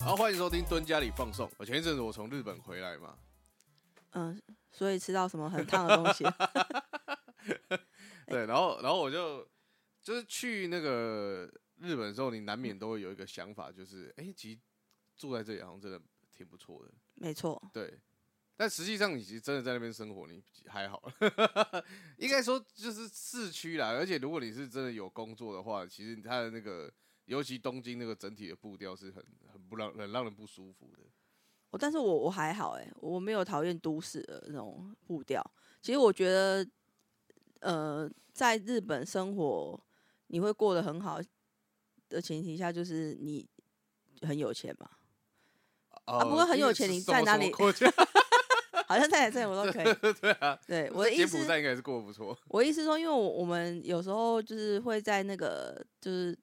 好，欢迎收听蹲家里放送。我前一阵子我从日本回来嘛，嗯，所以吃到什么很烫 的东西，哎对，然后然后我就就是去那个日本的时候，你难免都会有一个想法，就是哎、诶其实住在这里好像真的挺不错的，没错，对。但实际上，你其实真的在那边生活，你还好， 应该说就是市区啦。而且如果你是真的有工作的话，其实它的那个，尤其东京那个整体的步调是很很不让很让人不舒服的。我但是我我还好哎、我没有讨厌都市的那种步调。其实我觉得，呃，在日本生活你会过得很好的前提下，就是你很有钱嘛，啊不过很有钱哦你在哪里国家？好像在哪在我都可以。 对啊，对， 我的意柬埔思寨应该是过得不错。我意思说，因为我我们有时候就是会在那个就是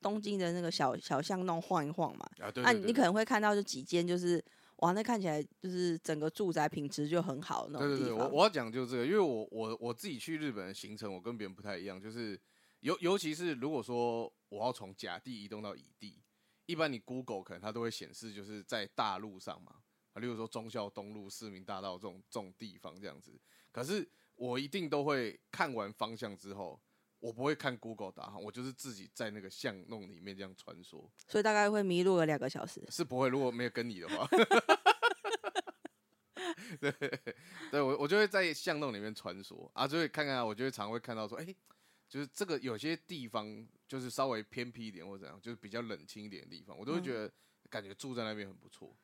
东京的那个小小巷弄晃一晃嘛，啊，对那、对对你可能会看到就几间就是哇，那看起来就是整个住宅品质就很好那对种对地对，方。我我要讲就是这个，因为我我我自己去日本的行程，我跟别人不太一样，就是尤尤其是如果说我要从甲地移动到乙地，一般你 Google 可能它都会显示就是在大路上嘛，啊，例如说忠孝东路、市民大道这种这种地方这样子。可是我一定都会看完方向之后，我不会看 Google 导航，我就是自己在那个巷弄里面这样穿梭，所以大概会迷路了两个小 时。是不会。如果没有跟你的话，对，对我我就会在巷弄里面穿梭啊，就会看看啊，我就会常会看到说，哎、就是这个有些地方就是稍微偏僻一点或者怎样，就是比较冷清一点的地方，我都会觉得感觉住在那边很不错。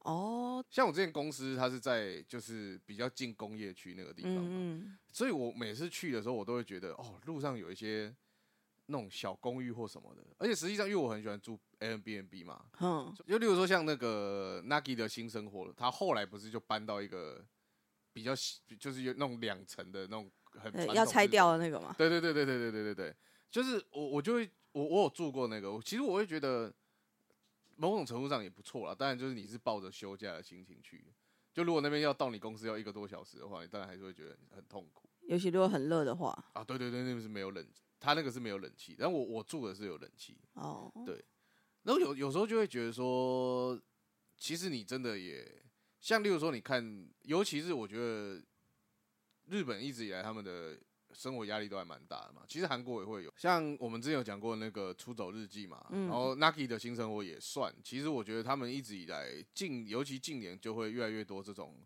哦，像我之前公司它是在就是比较近工业区那个地方嘛，哦嗯嗯，所以我每次去的时候，我都会觉得哦，路上有一些那种小公寓或什么的，而且实际上因为我很喜欢住 Airbnb 嘛，哼，就例如说像那个 Nagi 的新生活了，他后来不是就搬到一个比较西就是有那种两层的那种很传对，统要的拆那掉种的那个嘛。对对对对对对对对对，就是我我就会我我有住过那个，我其实我会觉得某种程度上也不错啦。当然就是你是抱着休假的心情去，就如果那边要到你公司要一个多小时的话，你当然还是会觉得很痛苦尤其如果很热的话，啊。对对对，那边是没有冷，他那个是没有冷气，但我我住的是有冷气，哦，对然后有有时候就会觉得说，其实你真的也像，例如说，你看，尤其是我觉得日本一直以来他们的生活压力都还蛮大的嘛。其实韩国也会有，像我们之前有讲过那个《出走日记》嘛，嗯然后 Naki 的新生活也算。其实我觉得他们一直以来近，尤其近年就会越来越多这种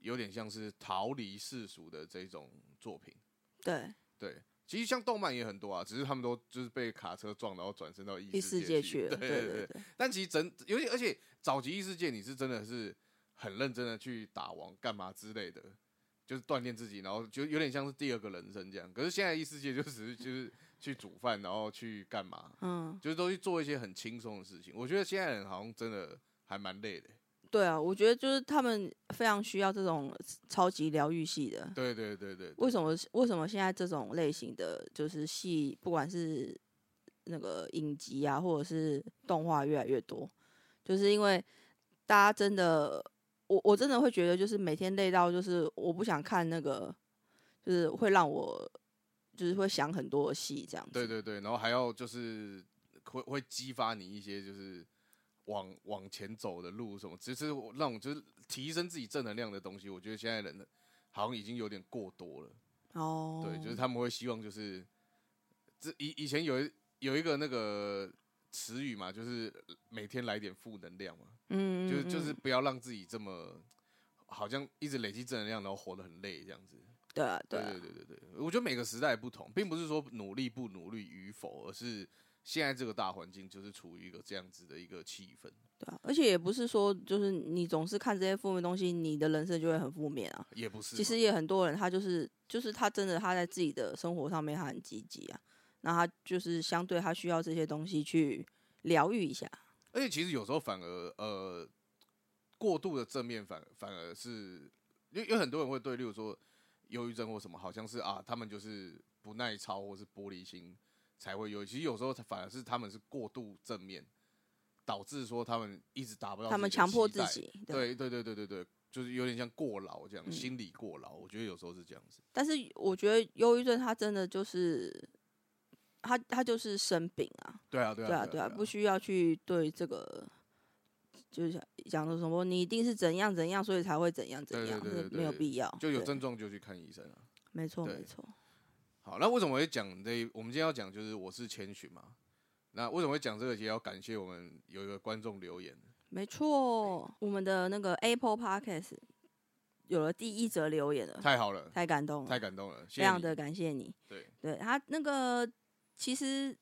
有点像是逃离世俗的这种作品。对，对，其实像动漫也很多啊，只是他们都就是被卡车撞，然后转身到异第四界去了，对对对。对，但其实整，尤其而且早期异世界，你是真的是很认真的去打王干嘛之类的，就是锻炼自己，然后就有点像是第二个人生这样。可是现在异世界就 只是就是去煮饭，然后去干嘛，嗯，就是都去做一些很轻松的事情。我觉得现在人好像真的还蛮累的。对啊，我觉得就是他们非常需要这种超级疗愈系的。对对对对为什么？为什么现在这种类型的就是戏，不管是那个影集啊，或者是动画越来越多，就是因为大家真的，我我真的会觉得，就是每天累到，就是我不想看那个，就是会让我就是会想很多的戏这样子。对对对，然后还要就是会会激发你一些就是。往往前走的路什么，其实我那种就是提升自己正能量的东西，我觉得现在人好像已经有点过多了。哦，对，就是他们会希望就是，这以以前有一有一个那个词语嘛，就是每天来点负能量嘛，嗯，嗯，就是就是嗯不要让自己这么好像一直累积正能量，然后活得很累这样子。对啊，对对啊，对对对对，我觉得每个时代不同，并不是说努力不努力与否，而是现在这个大环境就是处于一个这样子的一个气氛，对啊，而且也不是说就是你总是看这些负面东西，你的人生就会很负面啊。也不是嘛。其实也很多人，他就是就是他真的他在自己的生活上面他很积极啊，那他就是相对他需要这些东西去疗愈一下。而且其实有时候反而呃，过度的正面反反而是，有有很多人会对，例如说忧郁症或什么，好像是啊，他们就是不耐操或是玻璃心才会有。其实有时候反而是他们是过度正面，导致说他们一直达不到他们自己的强迫期自待。己，对。对对对对对对，就是有点像过劳这样，嗯心理过劳。我觉得有时候是这样子。但是我觉得忧郁症他真的就是他他就是生病啊，对啊对对啊啊对啊，不需要去对这个就是想讲的什么，你一定是怎样怎样，所以才会怎样怎对对样，对这对没有对必要。就有对症状就去看医生啊。没错对没错，好，那为什么会讲这一？我们今天要讲就是我是千寻嘛。那为什么会讲这个？也要感谢我们有一个观众留言，没错，我们的那个 Apple Podcast 有了第一则留言了，太好了，嗯太感动了，太感动了，谢非谢常你的感谢你。对对他那个，其实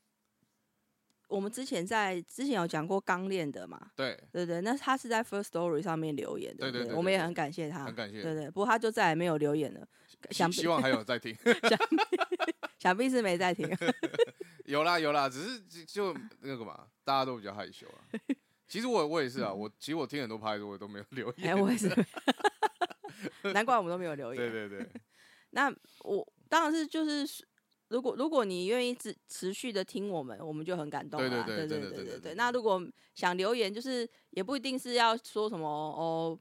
我们之前在之前有讲过刚练的嘛，对，对对，那他是在 First Story 上面留言的，对对不对我们对也对很感谢他，很感谢啊对对，不过他就再也没有留言了，想希必希望还有在听， 想必是没在听。有啦有啦，只是就就那个嘛，大家都比较害 羞啊。其实我我也是啊，我其实我听很多拍的我都没有留嗯哎，言，我也是， 难怪我们都没有留言。对对对，那我当然是就是，如果如果你愿意持持续的听我们，我们就很感动对啦。对对对真的对真的对真的那如果想留言，就是也不一定是要说什么哦，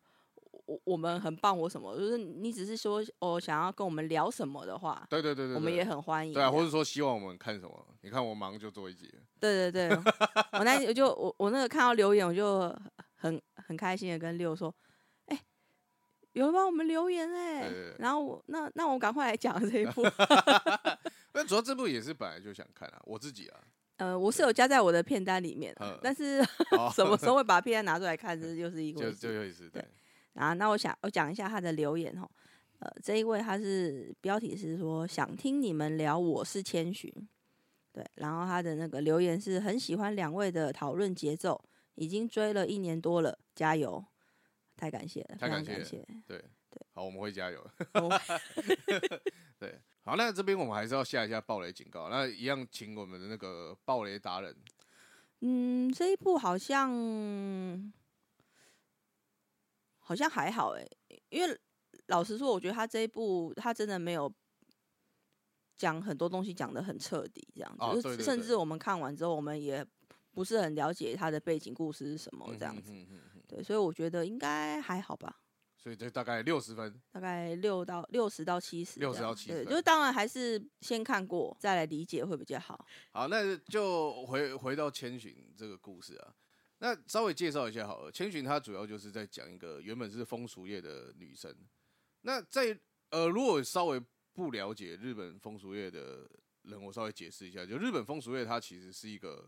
我我们很棒或什么，就是你只是说哦想要跟我们聊什么的话，对对对对，我们对也很欢迎这对啊，样。或者说希望我们看什么？你看我忙就做一集了，对对对，我那天我就我我那个看到留言，我就很很开心的跟六说，哎、有人帮我们留言哎、对对对然后我那那我赶快来讲这一部，但主要这部也是本来就想看啊，我自己 啊，呃，我是有加在我的片单里面啊嗯，但是哦什么时候 会把片单拿出来看，这就是一个就问就题有意思，对，啊。那我想我讲一下他的留言哦，呃，这一位他是标题是说想听你们聊我是千寻，对，然后他的那个留言是很喜欢两位的讨论节奏，已经追了一年多了，加油！太感谢了，太非常感感谢谢。对好，我们会加油。 我对，好，那这边我们还是要下一下暴雷警告，那一样请我们的那个暴雷达人，嗯，这一部好像好像还好哎、因为老实说，我觉得他这一部他真的没有讲很多东西讲的很彻底，这样子，哦就对是对甚对至我们看完之后，我们也不是很了解他的背景故事是什么哦这样子，嗯哼哼哼哼对，所以我觉得应该还好吧。所以这大概六十分，大概六到六十到七十这样， 60到70对，分就是当然还是先看过再来理解会比较好。好，那就回回到千寻这个故事啊。那稍微介绍一下好了，千寻她主要就是在讲一个原本是风俗业的女生。那在呃，如果稍微不了解日本风俗业的人，我稍微解释一下，就日本风俗业它其实是一个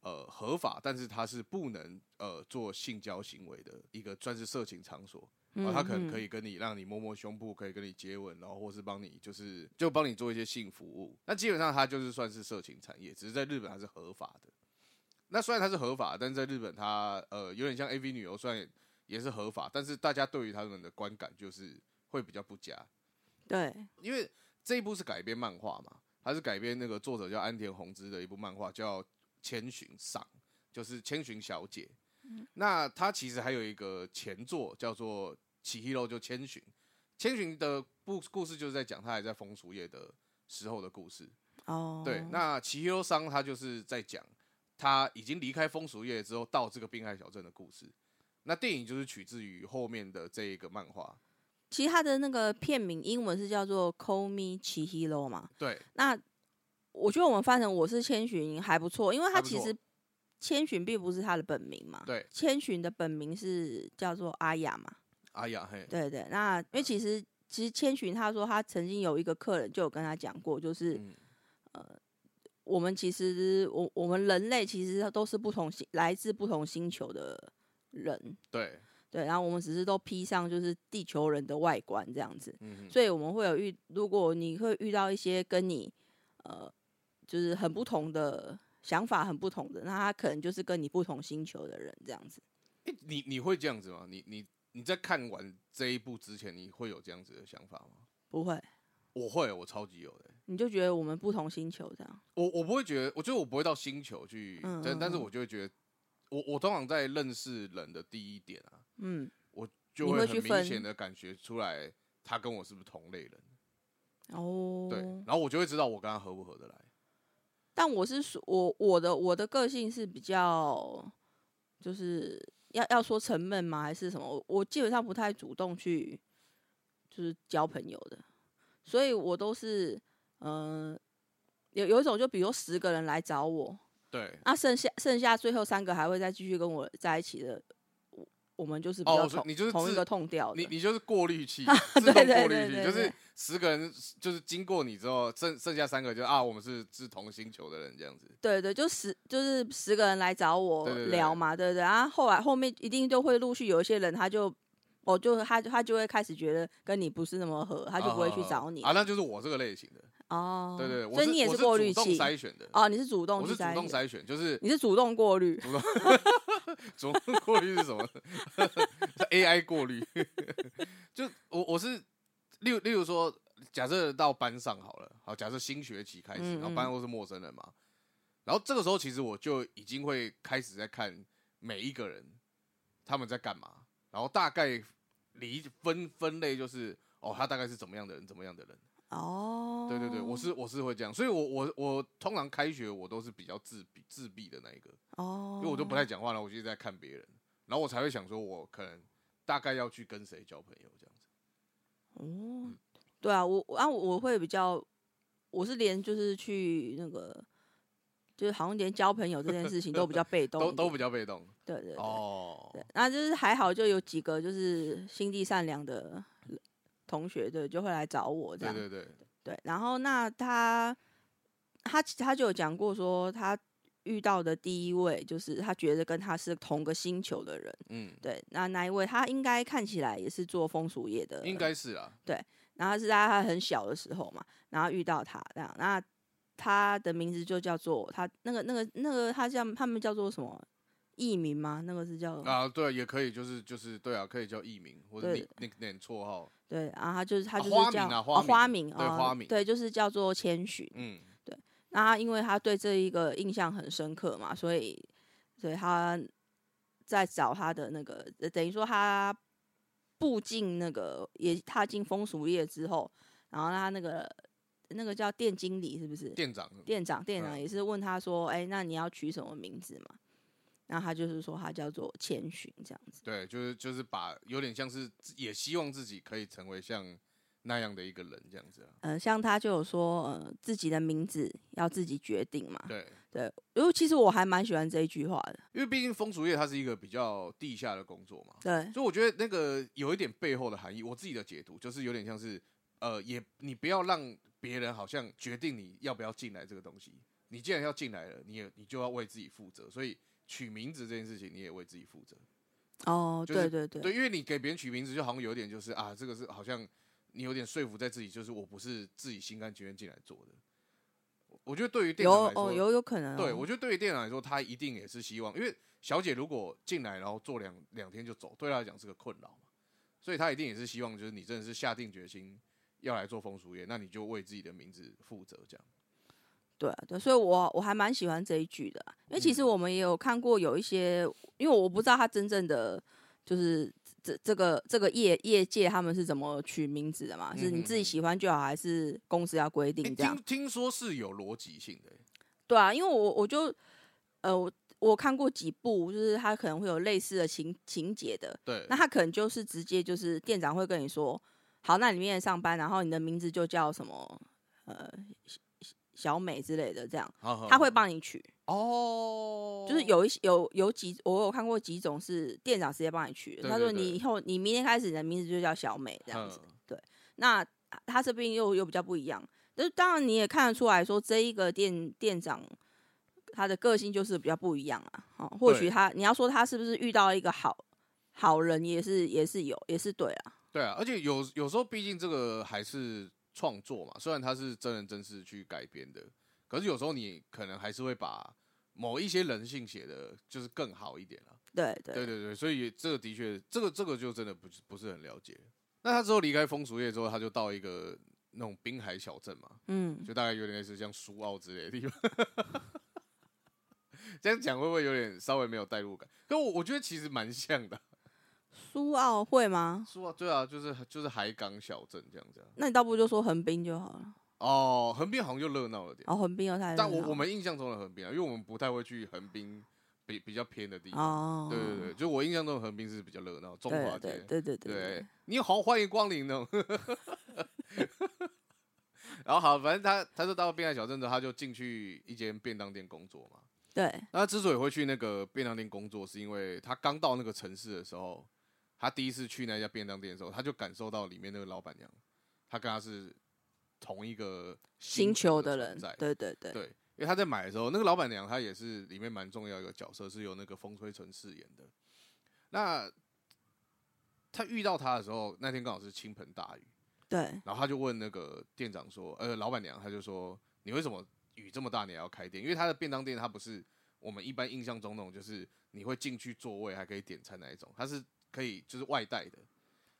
呃合法，但是它是不能呃做性交行为的一个算是色情场所。啊，嗯他可能可以跟你让你摸摸胸部，可以跟你接吻，然后或是帮你就是就帮你做一些性服务。那基本上它就是算是色情产业，只是在日本它是合法的。那虽然它是合法，但是在日本它呃有点像 AV 女优，虽然也是合法，但是大家对于他们的观感就是会比较不佳，对，因为这一部是改编漫画嘛，它是改编那个作者叫安田宏之的一部漫画，叫《千寻赏》，就是千寻小姐。那它其实还有一个前作叫做《起 h e 就千寻。千寻的故故事就是在讲他还在风俗业的时候的故事。哦，对，那齐忧伤他就是在讲他已经离开风俗业之后到这个滨海小镇的故事。那电影就是取自于后面的这一个漫画。其实它的那个片名英文是叫做《Call Me 奇 Hero》嘛。对，那我觉得我们翻成“我是千寻”还不错，因为它还不其错实千寻并不是他的本名嘛。对，千寻的本名是叫做阿雅嘛。哎呀嘿，对对，那因为其实其实千寻他说他曾经有一个客人就有跟他讲过，就是、嗯呃，我们其实我我们人类其实都是不同星来自不同星球的人，对，对，然后我们只是都披上就是地球人的外观这样子。嗯哼，所以我们会有遇，如果你会遇到一些跟你呃，就是很不同的想法，很不同的，那他可能就是跟你不同星球的人这样子。欸你你会这样子吗？你你你在看完这一部之前，你会有这样子的想法吗？不会，我会，我超级有的欸、你就觉得我们不同星球这样。我我不会觉得，我觉得我不会到星球去，嗯但但是嗯嗯我就会觉得，我我通常在认识人的第一点啊，嗯，就你会去很明分显的感觉出来他跟我是不是同类人，哦，对，然后我就会知道我跟他合不合得来。但我是属我我的我的个性是比较，就是要要说沉闷吗，还是什么？我我基本上不太主动去，就是交朋友的，所以我都是嗯、呃有有一种就比如说十个人来找我，对，那剩下剩下最后三个还会再继续跟我在一起的，我们就是比哦较我说同、你就是同自一个痛调的，你，你就是过滤器 自动对对过对滤器，对就是对十个人就是经过你之后，剩剩下三个就啊，我们是是同星球的人这样子。对对，就十就是十个人来找我对对对聊嘛，对对对啊，后来后面一定就会陆续有一些人，他就哦，就他他就会开始觉得跟你不是那么合，他就不会去啊找你啊，那就是我这个类型的，哦。对对，对所以你也我过滤主动器筛选的，哦，你是主动我去是主筛动选，筛 选，就是你是主动过滤，主动主动过滤是什么 是？AI 过滤， 就我我是例如例如说，假设到班上好了，好，假设新学期开始，嗯然后班都是陌生人嘛，然后这个时候其实我就已经会开始在看每一个人他们在干嘛，然后大概离分分类就是哦，他大概是怎么样的人，怎么样的人。哦，对对对，我是我是会这样，所以我我我通常开学我都是比较自闭自闭的那一个，哦，因为我都不太讲话了，我就一直在看别人，然后我才会想说，我可能大概要去跟谁交朋友这样子。哦，对啊，我我啊我会比较，我是连就是去那个，就是好像连交朋友这件事情都比较被动一都点，都比较被动对对对。哦对，那就是还好，就有几个就是心地善良的同学，对，就会来找我这对样。对对，对然后那他他他就有讲过说，他遇到的第一位就是他觉得跟他是同个星球的人。嗯，对，那那一位他应该看起来也是做风俗业的，应该是啊，然后是在他很小的时候嘛，然后遇到他这样，那他的名字就叫做他那个那个那个他叫他们叫做什么艺名吗？那个是叫啊对，也可以就是就是对啊，可以叫艺名或者对 nick nickname 绰号，对，然后他就是他啊就是花叫名啊哦花花名名对哦花名对，就是叫做千寻。嗯，那他因为他对这一个印象很深刻嘛，所以所以他在找他的那个，呃等于说他步进那个也踏进风俗业之后，然后他那个那个叫店经理是不是？店长，店长店长嗯也是问他说，哎、那你要取什么名字嘛？然后他就是说他叫做千寻这样子。对，就是就是把有点像是自也希望自己可以成为像那样的一个人这样子啊，呃，像他就有说，呃，自己的名字要自己决定嘛。对，对，因为其实我还蛮喜欢这一句话的。因为毕竟风俗业它是一个比较地下的工作嘛，对，所以我觉得那个有一点背后的含义，我自己的解读就是有点像是，呃，也你不要让别人好像决定你要不要进来这个东西。你既然要进来了，你也你就要为自己负责，所以取名字这件事情你也为自己负责。哦，就是对对对，因为你给别人取名字，就好像有点就是啊，这个是好像你有点说服在自己，就是我不是自己心甘情愿进来做的。我我觉得对于店有长来说，哦，有有可能、哦。对，我觉得对于店长来说，他一定也是希望，因为小姐如果进来然后做两两天就走，对她来讲是个困扰嘛，所以她一定也是希望，就是你真的是下定决心要来做风俗业，那你就为自己的名字负责，这样。对啊对，所以我我还蛮喜欢这一句的啊，因为其实嗯我们也有看过有一些，因为我不知道他真正的就是这这个这个业业界他们是怎么取名字的嘛，是你嗯自嗯嗯己喜欢就好，还是公司要规诶定这样？听听说是有逻辑性的、欸对啊，因为我我就呃我我看过几部，就是他可能会有类似的情情节的，对，那他可能就是直接就是店长会跟你说，好，那你明天上班，然后你的名字就叫什么呃小小美之类的，这样他他会帮你取。哦，就是有一些有有几，我有看过几种是店长直接帮你取的。对他对说对嗯你以后你明天开始你的名字就叫小美这样子。那他这边又又比较不一样，就是当然你也看得出来说这一个店店长他的个性就是比较不一样啊。哦，或许对他你要说他是不是遇到一个好好人也是也是有也是对啊。对啊，而且有有时候毕竟这个还是创作嘛，虽然它是真人真事去改编的，可是有时候你可能还是会把某一些人性写的就是更好一点了。对对对对对，所以这个的确，这个这个就真的不是不是很了解。那他之后离开风俗业之后，他就到一个那种滨海小镇嘛，嗯，就大概有点类似像苏澳之类的地方。 这样讲会不会有点稍微没有代入感？可我我觉得其实蛮像的。苏澳会吗？苏澳对啊，就是就是海港小镇这样子啊、那你倒不如就说横滨就好了。哦，横滨好像就热闹了点，哦，横滨又太热但我闹我们印象中的横滨啊，因为我们不太会去横滨比比较偏的地方。哦，对对对，就我印象中的横滨是比较热闹，中华对街。对对对对对，你好，欢迎光临呢。 然后好，反正他他就到滨海小镇之后，他就进去一间便当店工作嘛。对，那他之所以会去那个便当店工作，是因为他刚到那个城市的时候，他第一次去那家便当店的时候，他就感受到里面那个老板娘，他跟他是同一个星球的存人在，对对对，对，因为他在买的时候，那个老板娘她也是里面蛮重要一个角色，是由那个风吹纯饰演的。那他遇到他的时候，那天刚好是倾盆大雨，对，然后他就问那个店长说：“呃，老板娘，他就说你为什么雨这么大你还要开店？因为他的便当店它不是我们一般印象中那种，就是你会进去座位还可以点餐那一种，它是可以就是外带的，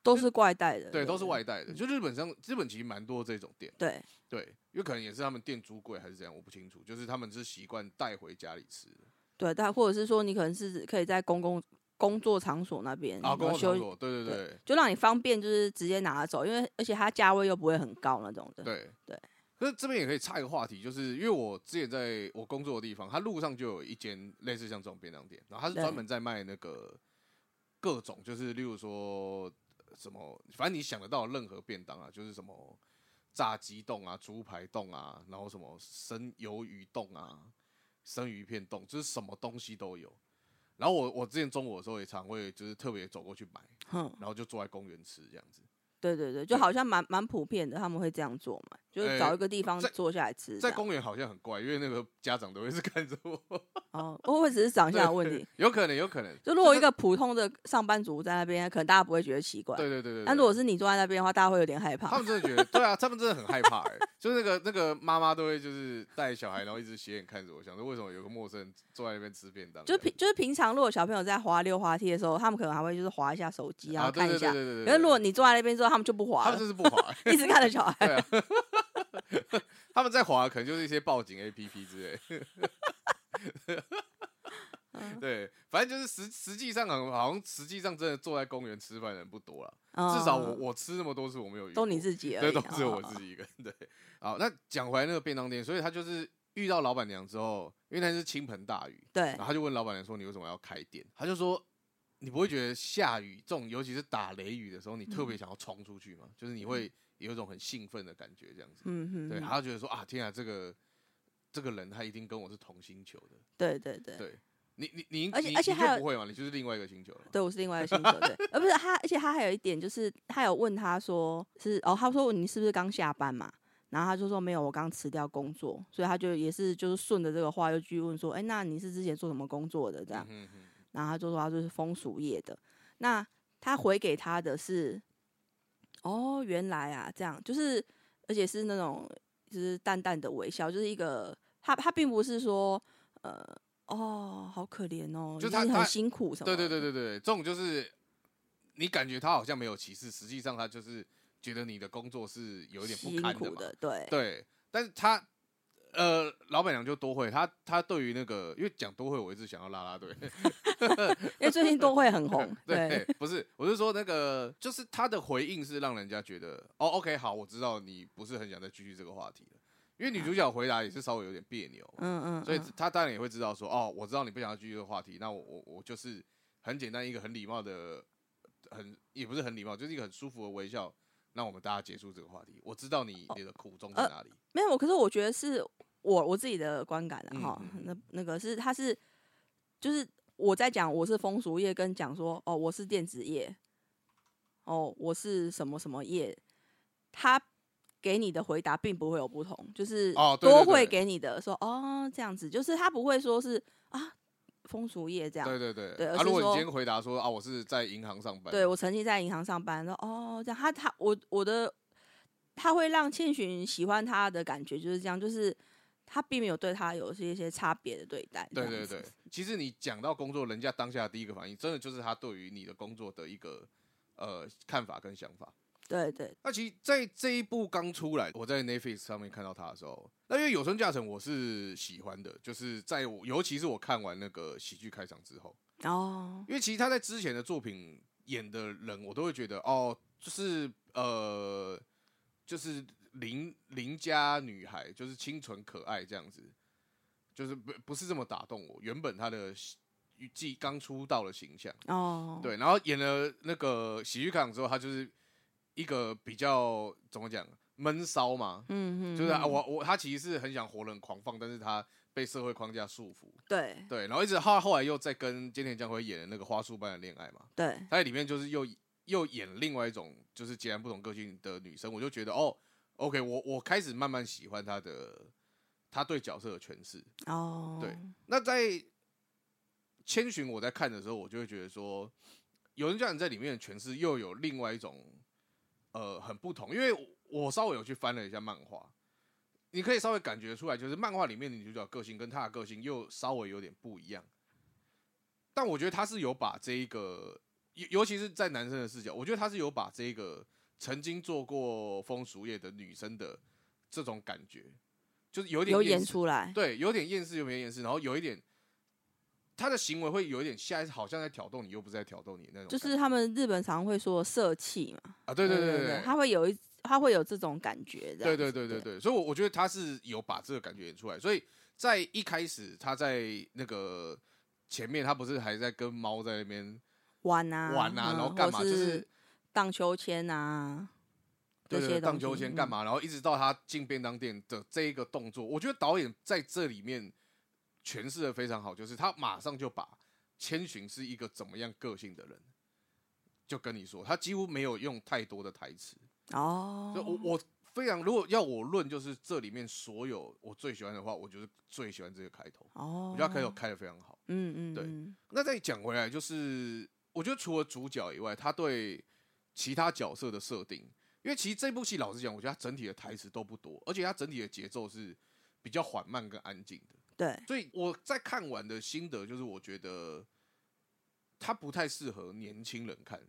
都是怪带的，对，都嗯是外带的。就日本上日本其实蛮多这种店。”对对，因为可能也是他们店租贵还是怎样，我不清楚。就是他们是习惯带回家里吃的对，但或者是说你可能是可以在公共工作场所那边啊，然后公共嗯休场所，对对对就让你方便，就是直接拿走，因为而且它价位又不会很高那种的。对对。可是这边也可以插一个话题，就是因为我之前在我工作的地方，它路上就有一间类似像这种便当店，然后它是专对门在卖那个各种，就是例如说呃什么，反正你想得到的任何便当啊，就是什么炸鸡冻啊、猪排冻啊，然后什么生鱿鱼冻啊、生鱼片冻，就是什么东西都有。然后我我之前中午的时候也常会就是特别走过去买，哼，然后就坐在公园吃这样子。对对对，就对好像蛮蛮普遍的，他们会这样做嘛，就是找呃一个地方在坐下来吃这在样。公园好像很怪，因为那个家长都会是看着我，哦，会不会只是长相的问题？有可能，有可能。就如果是一个普通的上班族在那边，可能大家不会觉得奇怪。对对对对，但对如果是你坐在那边的话，大家会有点害他怕。们真的觉得，对啊，他们真的很害怕、欸，就是那个那个妈妈都会就是带小孩，然后一直斜眼看着我，想说为什么有个陌生人坐在那边吃便当这就样，平就是平常，如果小朋友在滑溜滑梯的时候，他们可能还会就是滑一下手机，然啊，后对看对一对下。对对对可是如果对，你坐在那边之后，他们就不滑他们了，真是不滑、欸，一直看着小孩。对啊，他们在滑可能就是一些报警 A P P 之类的。嗯 对，反正就是实实际上好好像实际上真的坐在公园吃饭的人不多了， 至少我嗯我吃那么多次我没有遇都过你自己而对，已。都是我哦自己一个人。对，好，那讲回来那个便当店，所以他就是遇到老板娘之后，因为那是倾盆大雨，对然后他就问老板娘说：“你为什么要开店？”他就说：“你不会觉得下雨这种，尤其是打雷雨的时候，你嗯特别想要冲出去吗？就是你会有一种很兴奋的感觉，这样子。嗯哼，对，嗯他就觉得说：“啊，天啊，这个这个人他一定跟我是同星球的。对对对”对，你你你，而且你而且你还就有不会嘛，你就是另外一个星球了。对，我是另外一个星球，对， 呃，不是他，而且他还有一点就是，他有问他说是哦，他说你是不是刚下班嘛？然后他就说没有，我刚辞掉工作，所以他就也是就是顺着这个话又继续问说，哎，那你是之前做什么工作的？这样嗯，哼哼然后他就说他就是风俗业的。那他回给他的是，哦，原来啊，这样就是，而且是那种就是淡淡的微笑，就是一个他他并不是说呃哦好可怜哦，就一他定他很辛苦什么对的，对对对对，这种就是你感觉他好像没有歧视，实际上他就是觉得你的工作是有点不辛堪苦嘛。的，对对，但是他呃，老板娘就多会，他他对于那个，因为讲多会，我一直想要拉拉队，因为最近都 会很红，对对，不是，我是说那个，就是他的回应是让人家觉得，哦，OK，好，我知道你不是很想再继续这个话题了，因为女主角回答也是稍微有点别扭啊嘛，嗯嗯，所以嗯他当然也会知道说，哦，我知道你不想要继续这个话题，那我我我就是很简单一个很礼貌的，很也不是很礼貌，就是一个很舒服的微笑，让我们大家结束这个话题。我知道你你的苦衷在呃哪里，没有，可是我觉得是我我自己的观感啊，嗯哈、嗯那那个是他是就是我在讲我是风俗业，跟讲说哦我是电子业，哦我是什么什么业，他给你的回答并不会有不同，就是哦对都对会对给你的说哦这样子，就是他不会说是啊风俗业这样，对对对。对而啊，是如果你说今天回答说啊，我是在银行上班，对我曾经在银行上班，然后哦，这样他他我我的他会让千寻喜欢他的感觉就是这样，就是他并没有对他有一些差别的对待。对这对样对子，其实你讲到工作，人家当下的第一个反应，真的就是他对于你的工作的一个呃看法跟想法。对对那其实在这一部刚出来，我在 Netflix 上面看到他的时候，那因为有声驾乘我是喜欢的，就是在我尤其是我看完那个喜剧开场之后，哦，因为其实他在之前的作品演的人，我都会觉得哦，就是呃，就是邻邻家女孩，就是清纯可爱这样子，就是不不是这么打动我。原本他的既刚出道的形象。哦，对，然后演了那个喜剧开场之后，他就是一个比较怎么讲闷骚嘛，啊嗯，嗯嗯，就是啊我我他其实是很想活得很狂放，但是他被社会框架束缚，对对，然后一直他后来又在跟菅田将晖演的那个花束般的恋爱嘛，对，他在里面就是又又演另外一种就是截然不同个性的女生，我就觉得哦，OK，我我开始慢慢喜欢他的他对角色的诠释。哦，对那在千寻我在看的时候，我就会觉得说，有人家人在里面的诠释又有另外一种呃很不同，因为我我稍微有去翻了一下漫画，你可以稍微感觉出来，就是漫画里面的女主角个性跟她的个性又稍微有点不一样。但我觉得她是有把这一个，尤尤其是在男生的视角，我觉得她是有把这一个曾经做过风俗业的女生的这种感觉，就是有点有厌演世出来，对，有点厌世，有点厌世，然后有一点他的行为会有一点下意识，好像在挑逗你，又不是在挑逗你那种就感觉。是他们日本常会说色气嘛，啊，对对对对对他会有一他会有这种感觉，这对样对对子对对，对，所以我我觉得他是有把这个感觉演出来，所以在一开始他在那个前面，他不是还在跟猫在那边玩啊玩啊，嗯然后干嘛，或就是是荡秋千啊，对这对对，些东荡秋西千干嗯嘛，然后一直到他进便当店的这一个动作，我觉得导演在这里面诠释的非常好，就是他马上就把千寻是一个怎么样个性的人，就跟你说，他几乎没有用太多的台词，哦，所以我我非常如果要我论，就是这里面所有我最喜欢的话，我就是最喜欢这个开头，哦，我觉得他开头开的非常好。嗯嗯对嗯那再讲回来，就是我觉得除了主角以外，他对其他角色的设定，因为其实这部戏老实讲，我觉得它整体的台词都不多，而且它整体的节奏是比较缓慢跟安静的。对所以我在看完的心得就是，我觉得它不太适合年轻人看，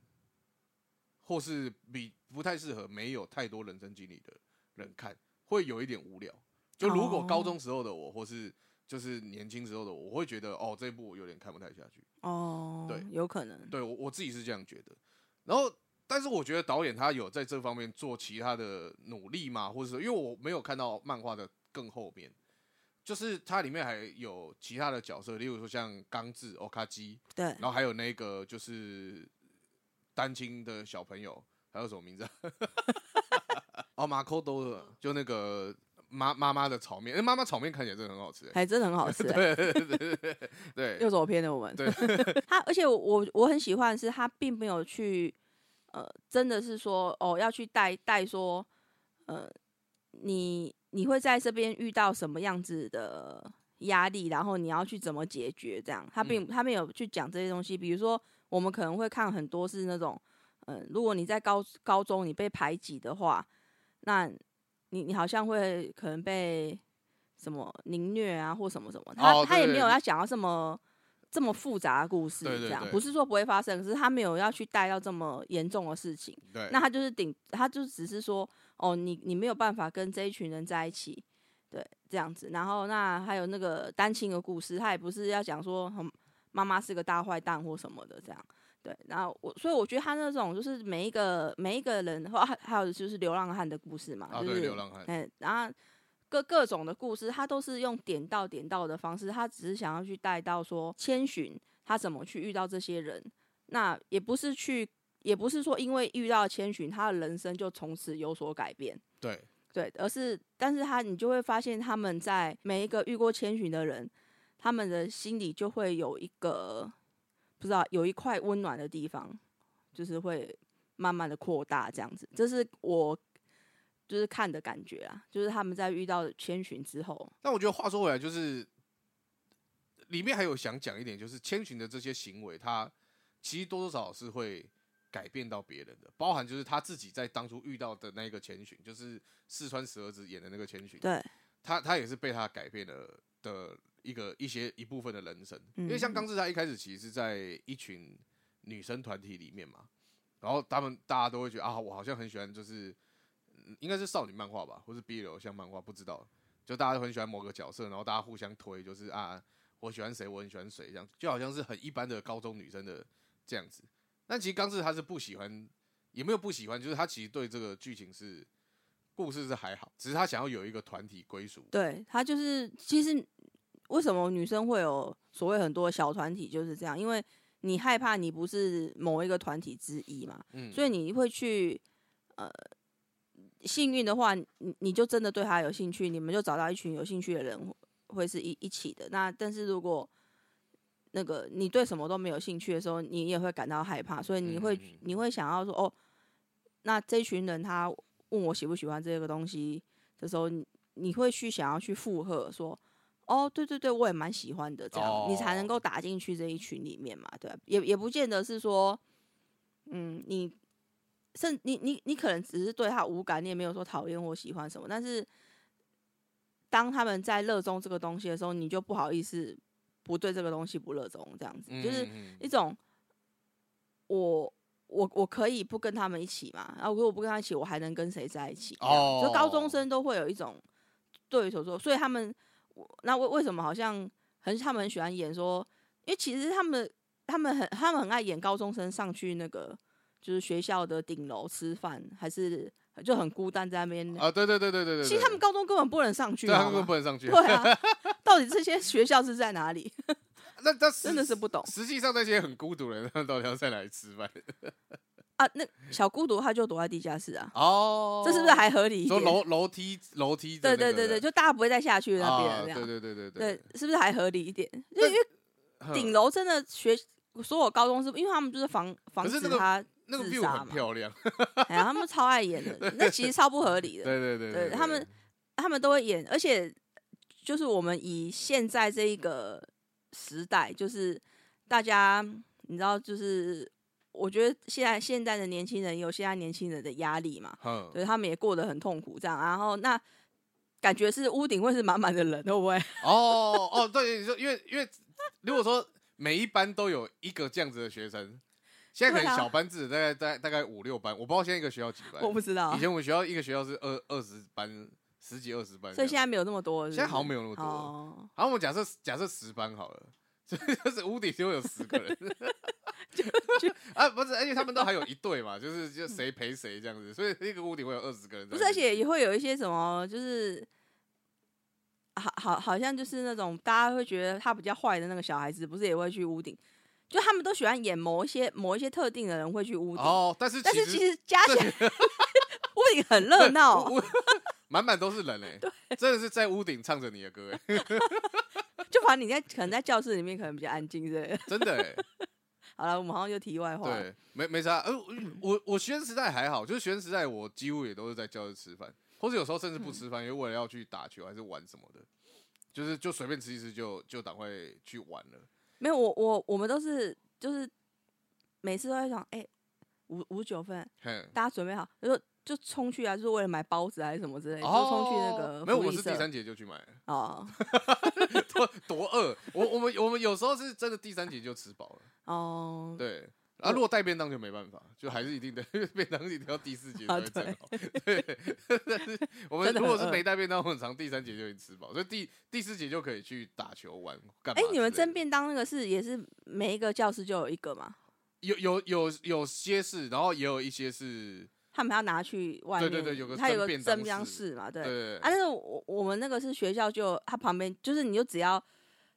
或是比不太适合没有太多人生经历的人看，会有一点无聊。就如果哦高中时候的我，或是就是年轻时候的我，我会觉得哦，这一部我有点看不太下去。哦，对有可能对我我自己是这样觉得。然后，但是我觉得导演他有在这方面做其他的努力嘛，或者是因为我没有看到漫画的更后面，就是它里面还有其他的角色，例如说像钢制、欧卡基，对然后还有那个就是单亲的小朋友，还有什么名字啊？ 哦，马扣多的，就那个妈妈妈的炒面，哎、妈妈炒面看起来真的很好吃、欸，还真的很好吃、欸，对，又走偏了我们。对 他，而且我我我很喜欢的是他并没有去，呃，真的是说哦要去带带说，呃，你你会在这边遇到什么样子的压力，然后你要去怎么解决这样。嗯他并、他没有去讲这些东西，比如说我们可能会看很多是那种，嗯、如果你在高高中你被排挤的话，那你你好像会可能被什么凌虐啊或什么什么，他、哦他也对没有对要讲到这么这么复杂的故事，对对这样对不是说不会发生，可是他没有要去带到这么严重的事情。对，那他就是顶，他就只是说，哦，你你没有办法跟这一群人在一起，对，这样子。然后那还有那个单亲的故事，他也不是要讲说嗯妈妈是个大坏蛋或什么的这样。对，然后我所以我觉得他那种就是每一个每一个人，或还还有就是流浪汉的故事嘛，啊，就对，是流浪汉，哎、然后各各种的故事，他都是用点到点到的方式，他只是想要去带到说千寻他怎么去遇到这些人，那也不是去，也不是说因为遇到千寻，他的人生就从此有所改变。对，对，而是，但是他你就会发现，他们在每一个遇过千寻的人，他们的心里就会有一个不知道有一块温暖的地方，就是会慢慢的扩大这样子。这是我就是看的感觉啊，就是他们在遇到千寻之后，但我觉得话说回来，就是里面还有想讲一点，就是千寻的这些行为，他其实多多少少是会改变到别人的，包含就是他自己在当初遇到的那一个千寻，就是四川十儿子演的那个千寻，对他他也是被他改变了的一个一些一部分的人生，嗯因为像刚志他一开始其实是在一群女生团体里面嘛，然后他们大家都会觉得啊，我好像很喜欢就是嗯应该是少女漫画吧，或是 BL 像漫画，不知道，就大家都很喜欢某个角色，然后大家互相推，就是啊，我喜欢谁，我很喜欢谁，这样就好像是很一般的高中女生的这样子。但其实刚志他是不喜欢，也没有不喜欢，就是他其实对这个剧情是。故事是还好，只是他想要有一个团体归属，对，他就是其实为什么女生会有所谓很多小团体就是这样，因为你害怕你不是某一个团体之一嘛，嗯所以你会去呃，幸运的话，你你就真的对他有兴趣，你们就找到一群有兴趣的人会是一一起的。那但是如果那个你对什么都没有兴趣的时候，你也会感到害怕，所以你会、嗯嗯嗯你会想要说哦，那这群人他问我喜不喜欢这个东西的时候，你你会去想要去附和说。哦，对对对，我也蛮喜欢的，这样、你才能够哦打进去这一群里面嘛，对吧、也也不见得是说，嗯，你甚你你你可能只是对他无感，你也没有说讨厌或喜欢什么，但是当他们在热衷这个东西的时候，你就不好意思不对这个东西不热衷，这样子、就是嗯一种我我我可以不跟他们一起嘛，然后如果我不跟他一起，我还能跟谁在一起？这样哦就高中生都会有一种对手说，所以他们我那为为什么好像很他们很喜欢演说，因为其实他们他们很他们很爱演高中生上去那个就是学校的顶楼吃饭，还是就很孤单在那边。啊，对对对对对对，其实他们对高中根本不能上去，对他好们根本吗不能上去， 对啊，到底这些学校是在哪里？那那 真的实是不懂实际上那些很孤独的人，他们到底要在哪里吃饭？啊！那小孤独他就躲在地下室啊，哦这是不是还合理一说点？楼楼梯楼梯的对那个对人？对对，就大家不会再下去那边啊了，这对样对对对对，是不是还合理一点？因为因为对，顶哼楼真的学所有高中是，因为他们就是防防可是止那个 他，那个自 view 杀很嘛漂亮，哎呀，他们超爱演的，那其实超不合理对对的，对对他们他们都会演，而且就是我们以现在这一个时代，就是大家你知道，就是我觉得现在现在的年轻人有现在年轻人的压力嘛，哼对他们也过得很痛苦这样。然后那感觉是屋顶会是满满的人，会不会？哦哦，对，你说因为因为如果说每一班都有一个这样子的学生，现在可对能啊小班制大概大概大概五六班，我不知道现在一个学校几班我。不知道以，前我们学校一个学校是二二十班，十几二十班这样，所以现在没有那么多现在好像没有有那么多。哦，好，我们假设假设十班好了。 所以就是屋顶就会有十个人， 啊，不是，而且他们都还有一对嘛，就是就谁陪谁这样子，所以一个屋顶会有二十个人在不那边。是，而且也会有一些什么，就是好好好像就是那种大家会觉得他比较坏的那个小孩子，不是也会去屋顶？就他们都喜欢演某一些某一些特定的人会去屋顶，哦，但是但是实其实加起来 屋顶很热闹，屋 满满都是人哎、真的是在屋顶唱着你的歌哎、就反正你在可能在教室里面可能比较安静之类的。真的 哎、好了，我们好像就题外话了。对，没没啥。呃，我我学生时代还好，就是学生时代我几乎也都是在教室吃饭，或者有时候甚至不嗯吃饭，因为为了要去打球还是玩什么的，就是就随便吃一吃就就赶快去玩了。没有，我我我们都是就是每次都在想，哎、五五九分，嘿，大家准备好，就说就冲去啊，就是为了买包子还是什么之类的，就冲去那个哦没有，福我利是第社三节就去买了，哦多多饿。我我们我们有时候是真的第三节就吃饱了，哦，对。啊，如果带便当就没办法，就还是一定的，因为 便当一定要第四节才啊会正好。对， 但 是我们真的如果很是饿没带便当，我们常第三节就已经吃饱，所以第第四节就可以去打球玩干嘛之哎、类的。你们蒸便当那个是也是每一个教室就有一个嘛？有有有有些是，然后也有一些是，他们要拿去外对面，对对有个他有蒸个便蒸当便当室室嘛，对。对啊，但是我我们那个是学校就它旁边，就是你就只要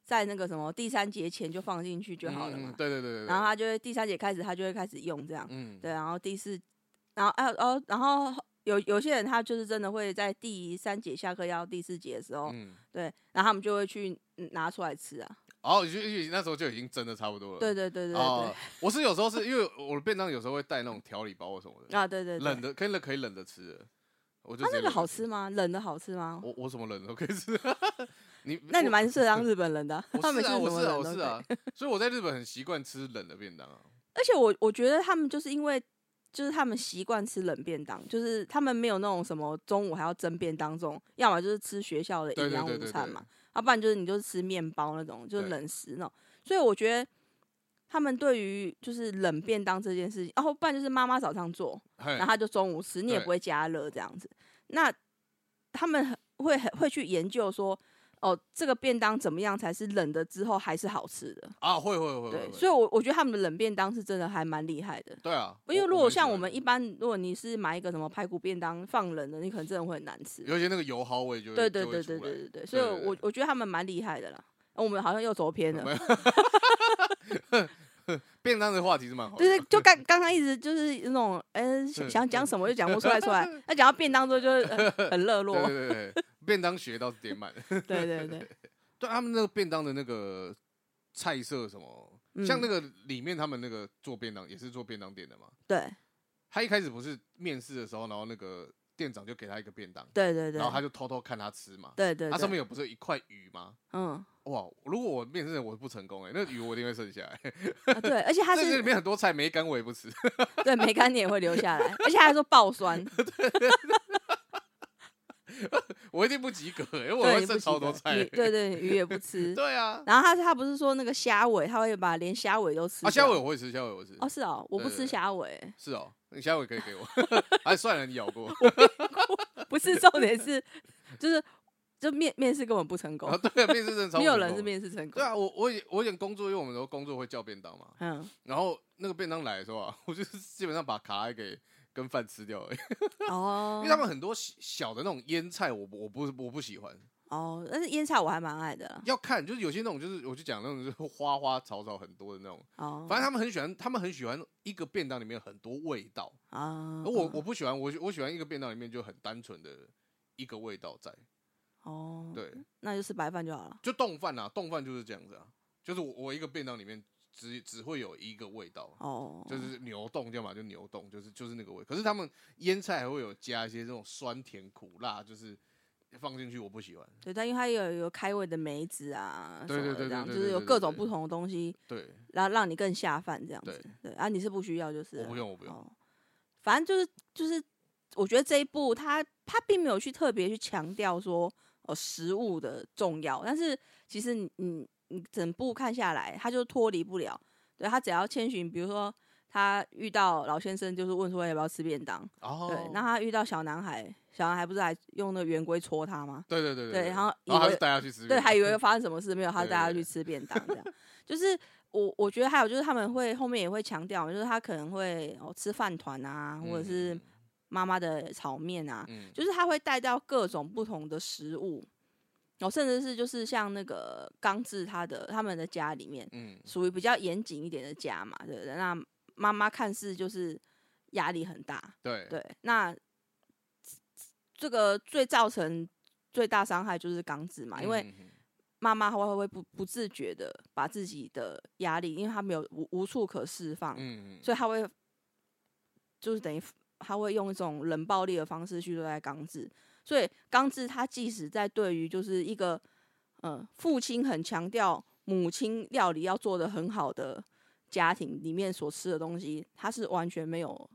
在那个什么第三节前就放进去就好了嘛嗯，对对对对，然后他就会第三节开始他就会开始用这样。嗯对，然后第四，然后啊哦，然后有有些人他就是真的会在第三节下课要第四节的时候，嗯，对，然后他们就会去嗯拿出来吃啊，哦，就就那时候就已经蒸的差不多了。对对对对对、哦，我是有时候是因为我的便当有时候会带那种调理包或什么的，啊对对对，冷的可以冷可以冷的吃的，我就他直接冷那个着好吃吗？冷的好吃吗？我我什么冷都可以吃。 你那你我蛮适合当日本人的啊、他我们是啊，吃什我么是啊，冷我都是可以。啊，所以我在日本很习惯吃冷的便当啊。而且我我觉得他们就是因为就是他们习惯吃冷便当，就是他们没有那种什么中午还要蒸便当这种，要么就是吃学校的对营对养对午对餐对，嘛，要、不然就是你就是吃面包那种，就是对冷食那种。所以我觉得他们对于就是冷便当这件事情，然哦后不然就是妈妈早上做，嘿然后他就中午吃，你也对不会加热这样子。那他们很会很会去研究说，哦，这个便当怎么样才是冷的之后还是好吃的？啊，会会会对会，，所以以我我觉得他们的冷便当是真的还蛮厉害的。对啊，因为如果像我蛮们喜一般，如果你是买一个什么排骨便当放冷的，你可能真的会很难吃欢，。尤其那个油蒿味就会对对就会对对出来对对对，所以对对我对我觉得他们蛮厉害的啦。呃我们好像又走偏了 没，有便当的话题是蛮好的，就是就刚刚刚一直就是那种，嗯、想想讲什么就讲不出来出 来。那讲到便当之后就是很很热络对，对对对，便当学倒是点满。对对对。对他们那个便当的那个菜色什么，像嗯那个里面他们那个做便当也是做便当店的嘛，对他一开始不是面试的时候，然后那个店长就给他一个便当，对对对，然后他就偷偷看他吃嘛，对对，他上对面有不是有一块鱼吗？嗯哇！如果我面试我不成功哎、那鱼我一定会剩下来。啊对，而且 他这个里是面很多菜没干我也不吃，对梅干你也会留下来，而且还说爆酸，我一定不及格哎、 因为我对会你不剩记超多得菜、欸你对对鱼也不 吃。对啊，然后他他不是说那个虾尾，他会把连虾尾 都吃啊，虾掉尾我会吃，虾尾我吃。哦是哦，我不对对吃对虾尾，是哦，你虾尾可以给我。 哎，算了，你咬过。不是重点是就是就面面试根本不成功啊，，对啊，面试真的超没有成人是功的。面试成对功。啊，我我以我以前工作，因为我们都工作会叫便当嘛，嗯，然后那个便当来的时候啊，我就是基本上把卡拉给跟饭吃掉而已，哦啊因为他们很多小小的那种腌菜我，不我不我不喜欢。哦，但是腌菜我还蛮爱的啦。要看就是有些那种就是我就讲那种就是花花草草很多的那种，哦，反正他们很喜欢，他们很喜欢一个便当里面很多味道，啊，而我嗯我不喜欢，我喜我喜欢一个便当里面就很单纯的一个味道在，哦，对。那就是白饭就好了。就冻饭啊，冻饭就是这样子啊，就是我我一个便当里面只只会有一个味道，哦，就是牛冻，要么就牛冻，就是就是那个味。可是他们腌菜还会有加一些这种酸甜苦辣，就是放进去我不喜欢。对，但因为它有有开胃的梅子啊，对什对么的对这对样对就对是有对各对种对不同的东西，对，然后让你更下饭这样对子。对啊，你是不需要就是我不了用我不用。哦，反正就是就是，我觉得这一部它它并没有去特别去强调说哦食物的重要，但是其实你你你整部看下来，它就脱离不了。对他只要千寻，比如说他遇到老先生，就是问说要不要吃便当，哦，对，那他遇到小男孩，小男孩不是还用那个圆规戳他吗？对对对对，对，然后以然后还为是带他去吃便对，当，还以为会发生什么事，没有，他对对带他对去吃便当这样。就是我我觉得还有就是他们会后面也会强调，就是他可能会哦吃饭团啊，或者嗯是妈妈的炒面啊，嗯，嗯就是他会带到各种不同的食物，哦，甚至是就是像那个刚志他的他们的家里面，嗯属于比较严谨一点的家嘛，对不对？那妈妈看似就是压力很大，对对，那这个最造成最大伤害就是刚子啊嘛，因为嗯嗯嗯妈妈会会不不自觉的把自己的压力，因为她没有无无处可释放，嗯嗯所以她会就是等于她会用一种冷暴力的方式去对待刚子，所以刚子他即使在对于就是一个呃父亲很强调母亲料理要做的很好的家庭里面所吃的东西，他是完全没有，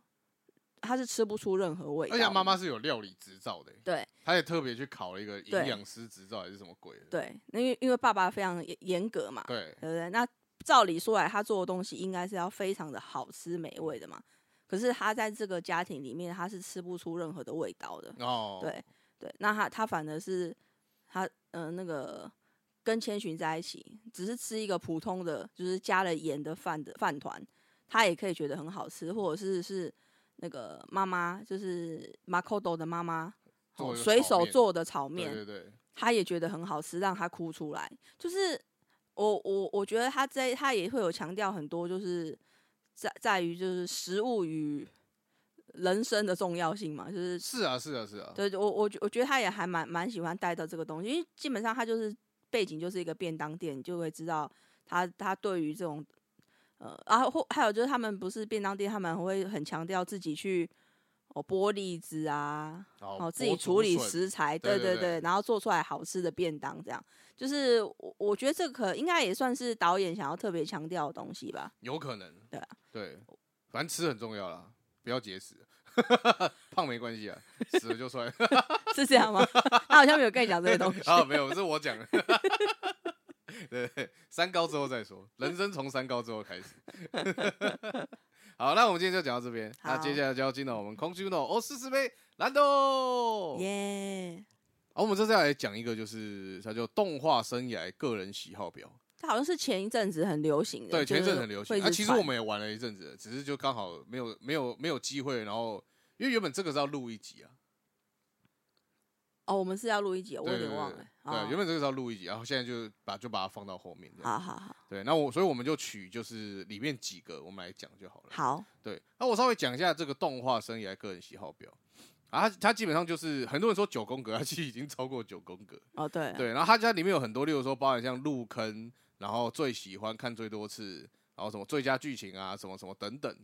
他是吃不出任何味道而的。且妈妈是有料理执照的，对她也特别去考了一个营对养师执照还是什么鬼的，对，那因为因为爸爸非常严严格嘛， 对对不对？那照理说来，他做的东西应该是要非常的好吃美味的嘛。可是他在这个家庭里面，他是吃不出任何的味道的。哦，对对，那他他反而是他呃那个跟千寻在一起，只是吃一个普通的，就是加了盐的饭的饭团，他也可以觉得很好吃，或者是是那个妈妈就是马可豆的妈妈做哦一个随炒手面做的炒对面，对对，他也觉得很好吃，让他哭出来。就是我我我觉得他在他也会有强调很多，就是在在于就是食物与人生的重要性嘛，就是是啊是啊是啊，对我我觉我觉得他也还蛮蛮喜欢带到这个东西，因为基本上他就是背景就是一个便当店，你就会知道他他对于这种呃，然后或还有就是他们不是便当店，他们会很强调自己去哦剥栗子啊，哦哦，自己处理食材，对对对对对对，然后做出来好吃的便当，这样就是我我觉得这可应该也算是导演想要特别强调的东西吧。有可能，对啊对反正吃很重要啦，不要节食， 胖没关系 啊，死了就算是这样吗？ 他好像没有跟你讲这些东西。 啊，没有，是我讲的， 对，三高之后再说，人生从三高之后开始。好，那我们今天就讲到这边，那接好下来就要进到我们空虚诺哦四十杯蓝豆。耶，好，我们这次要来讲一个，就是它叫动画生涯个人喜好表。它好像是前一阵子很流行的，对，呃就前一阵是很流会行。一啊，直其实传我们也玩了一阵子，只是就刚好没有没有没有机会。然后因为原本这个是要录一集啊，哦，我们是要录一集，我对对有点对忘对了。对，哦原本这个是要录一集，然后现在就把就把它放到后面这样。好好好对，那我所以我们就取就是里面几个我们来讲就好了。好，对，那我稍微讲一下这个动画生涯个人喜好表。啊，它它基本上就是很多人说九宫格，它其实已经超过九宫格。哦，对啊，对，然后它家里面有很多，例如说包含像入坑，然后最喜欢看最多次，然后什么最佳剧情啊，什么什么等等。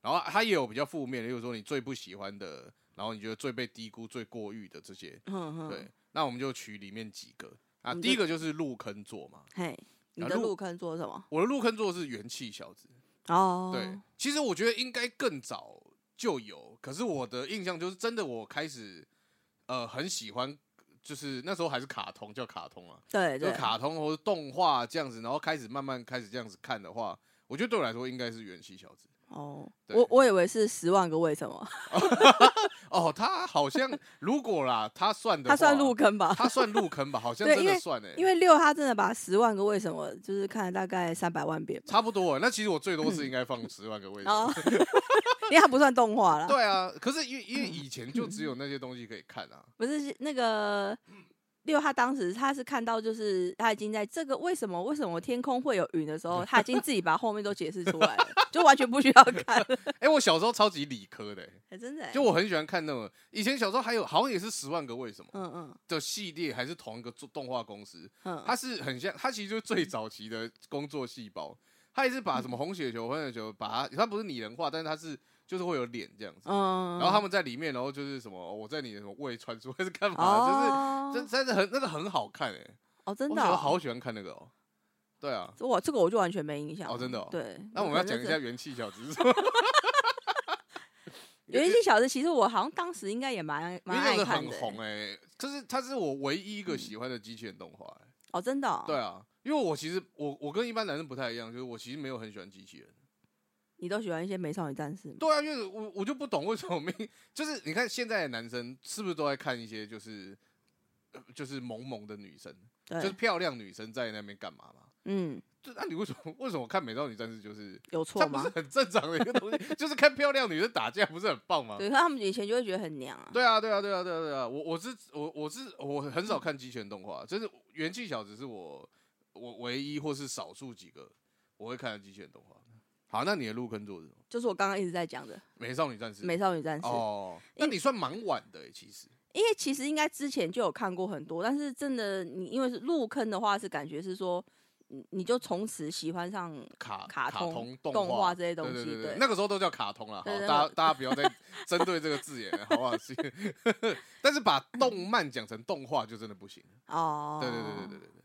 然后它也有比较负面的，例如说你最不喜欢的，然后你觉得最被低估、最过誉的这些。哼哼，对，，那我们就取里面几个啊，嗯我们第就一个就是入坑座嘛。嘿，你啊的如入坑做什么？我的入坑座是元气小子，哦，对，，其实我觉得应该更早就有，可是我的印象就是真的，我开始呃很喜欢，就是那时候还是卡通，叫卡通啊，对就对，卡通或者动画这样子，然后开始慢慢开始这样子看的话，我觉得对我来说应该是元气小子。哦，对我我以为是十万个为什么，哦，他好 像如果啦，他算的他算话入，坑吧？他算入坑吧，好像对真因的为算哎、因为六他真的把十万个为什么就是看了大概三百万遍吧，差不多欸。那其实我最多是应该放十万个 位置。哦，因为他不算动画啦，对啊，可是因为因为以前就只有那些东西可以看 啊。不是是那个六，他当时他是看到，就是他已经在这个为什么为什么天空会有云的时候，他已经自己把后面都解释出来了，就完全不需要 看了，哎、我小时候超级理科的欸、哎真的欸、就我很喜欢看那种，以前小时候还有好像也是《十万个为什么》嗯嗯的系列，还是同一个做动画公司，嗯，它是很像，它其实就是最早期的工作细胞，它也是把嗯什么红血球、红血球，把它它不是拟人化，但是它是就是会有脸这样子，嗯，然后他们在里面，然后就是什么哦我在你的什么胃穿梭还是嗯干嘛，哦，就是真真的很那个很好看哎、哦真我的小时候哦好喜欢看那个哦，对啊，哇，这个我就完全没印象哦了真的哦对，那我们可要能讲就一是下元气小子是什么，有一些小子，其实我好像当时应该也蛮蛮因为那爱个看很的欸、嗯红哎、就是它是我唯一一个喜欢的机器人动画、欸。哦，真的、哦，对，啊，因为我其实我我跟一般男生不太一样，就是我其实没有很喜欢机器人。你都喜欢一些美少女战士吗？对啊，因为我我就不懂为什么没， 就是你看现在的男生是不是都在看一些就是呃就是萌萌的女生，对，就是漂亮女生在那边干嘛嘛？嗯，就那、你为什么为什么看美少女战士就是有它错不吗是？很正常的一个东西， 就是看漂亮女生打架不是很棒吗？对，可他们以前就会觉得很娘啊。对啊，对啊，对啊，对啊，对啊！我我是我我是我很少看机器人动画，就是元气小子是我我唯一或是少数几个我会看的机器人动画。好，那你的入坑做什么？就是我刚刚一直在讲的美少女战士。美少女战士，哦，那因你算蛮晚的、欸、其实。因为其实应该之前就有看过很多，但是真的你因为是入坑的话，是感觉是说，你你就从此喜欢上，卡卡卡通通动画画这些对东对西对对对那个时候都叫卡通了。好，大对对家对大家不要 再针对这个字眼了，好不好？是但是把动漫讲成动画就真的不行。哦，对对对对对对对。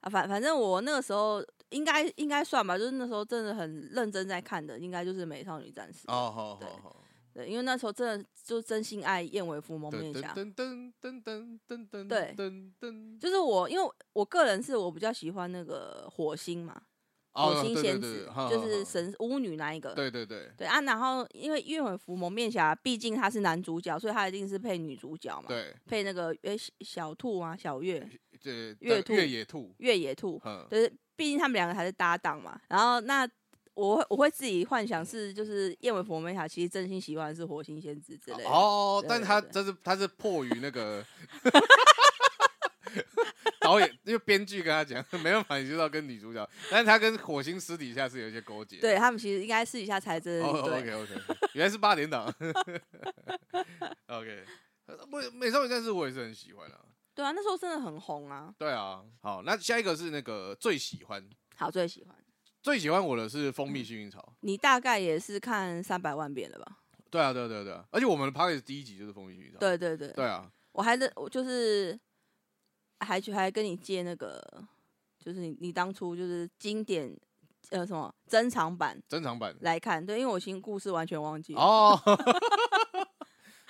啊，反反正我那个时候应该应该算吧，就是那时候真的很认真在看的，应该就是美少女战士，哦，好对好好。对，因为那时候真的就真心爱燕尾服蒙面侠，噔噔噔噔噔噔对噔噔，就是我，因为我个人是我比较喜欢那个火星嘛，哦火星仙子，就是神，神巫女那一个。对对对，对啊，然后因为燕尾服蒙面侠，毕竟他是男主角，所以他一定是配女主角嘛，对 配那个诶小小兔啊，小月对对月兔越野兔，越野兔，嗯，就是毕竟他们两个还是搭档嘛。然后那我会我会自己幻想是，就是燕尾服蒙面侠其实真心喜欢的是火星仙子之类的。哦，对但对他对这是他是迫于那 个导演，因为编剧跟他讲没办法，你就是要跟女主角，但是他跟火星私底下是有一些勾结，对他们其实应该私底下才真的哦对。 ，OK OK，原来是八点档，OK，美美少女战士我也是很喜欢啊，对啊，那时候真的很红啊，对啊，好，那下一个是那个最喜欢。好最喜欢。最喜欢我的是蜂蜜嗯幸运草。你大概也是看三百万遍了吧？对啊，对啊，对啊，对啊。而且我们的 p o d c a s t 第一集就是蜂蜜幸运草。对对对，对啊，我还是我就是还去还跟你借那个，就是你你当初就是经典呃什么珍藏版珍藏版。来看，对，因为我新故事完全忘记了。哦。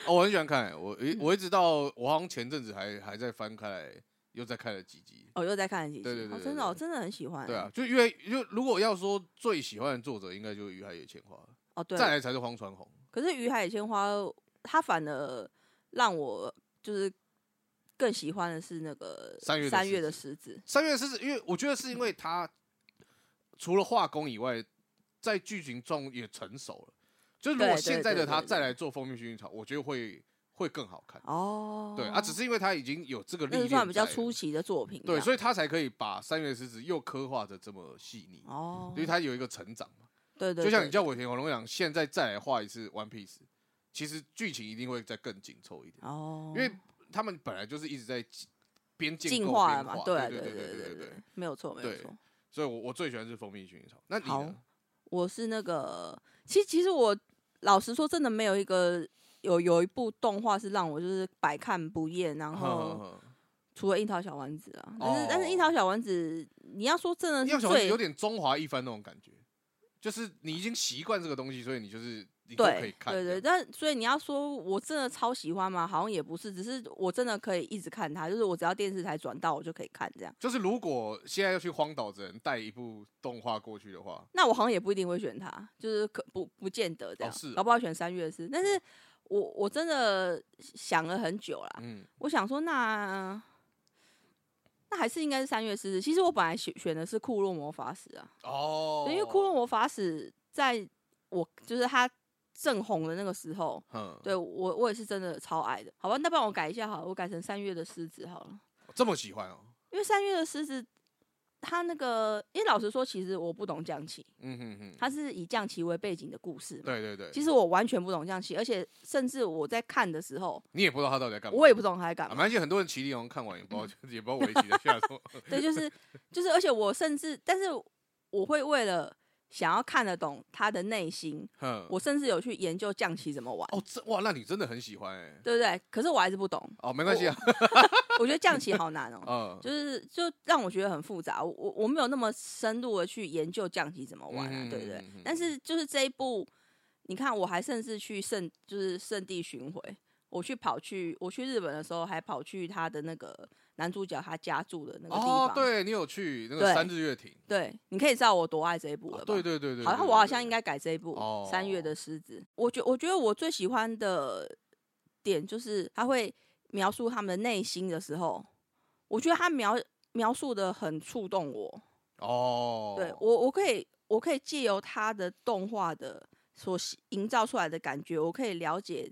哦，我很喜欢看、我嗯一我一直到我好像前阵子还还在翻开来，又再看了几集。哦，又再看了几集，对对对哦对真的、哦、对真的很喜欢、对啊，，就因为就如果要说最喜欢的作者，应该就是于海野千花了，哦对，再来才是荒川弘。可是《鱼海野鲜花》它反而让我就是更喜欢的是那个三月的三狮月的子狮子，三月是因为我觉得是因为他除了画工以外，在剧情中也成熟了。就是如果对对现在的对对他对再来做蜂蜜幸运草，我觉得会会更好看。哦，对啊，只是因为他已经有这个历那练是在了，算比较出奇的作品这对，样，所以他才可以把三月狮子又刻画的这么细腻，哦因为，他有一个成长嘛。对对，就像对你叫尾田黄龙讲，现在再来画一次 One Piece，其实剧情一定会再更紧凑一点，哦，因为他们本来就是一直在边建构进边化了嘛，画对对对对对对，，没有错没有对错。所以我我最喜欢是蜂蜜薰衣草。那你好 呢？我是那个，其实其实我老实说，真的没有一个有有一部动画是让我就是百看不厌，然后哼哼除了樱桃小丸子啊，但是、但是樱嗯哦桃小丸子，你要说真的要是小丸子最有点中华一番那种感觉，就是你已经习惯这个东西，所以你就是你都可以对看这对样。对，但所以你要说我真的超喜欢吗？好像也不是，只是我真的可以一直看它，就是我只要电视台转到我就可以看这样。就是如果现在要去荒岛，只能带一部动画过去的话，那我好像也不一定会选它，就是可不不见得这哦样，是搞不好选三月四。但是我我真的想了很久啦，嗯，我想说那。那还是应该是三月四日。其实我本来选选的是库洛魔法使啊，哦对因为库洛，魔法使在我就是他正红的那个时候，嗯，对我我也是真的超爱的。好吧，那帮我改一下好了，我改成三月的狮子好了，这么喜欢哦，因为三月的狮子，它那个因为老实说，其实我不懂降旗，嗯哼哼，它是以降旗为背景的故事嘛。对对对，其实我完全不懂降旗，而且甚至我在看的时候，你也不知道他到底在干嘛，我也不嗯懂他在干啊，嘛蛮。系，很多人骑龙看完也不知道， 也不知道围棋在下什 么，对，就是就是，而且我甚至，但是我会为了想要看得懂他的内心，哼，我甚至有去研究降旗怎么玩，哦，这哇，那你真的很喜欢哎，对不对？可是我还是不懂，哦，没关系啊，、我觉得降旗好难 哦嗯，就是就让我觉得很复杂，我我我没有那么深入的去研究降旗怎么玩啊，对不对嗯嗯嗯嗯？但是就是这一步，你看我还甚至去圣就是圣地巡回，我去跑去我去日本的时候还跑去他的那个男主角他家住的那个地方，哦，对你有去那个对三日月亭，对你可以知道我多爱这一部了吧？哦对对对对，好，那对我好像应。对对该改这一部哦《三月的狮子》我觉我觉得我最喜欢的点就是他会描述他们的内心的时候，我觉得他描描述的很触动我。哦，对我，我可以我可以借由他的动画的所吸营造出来的感觉，我可以了解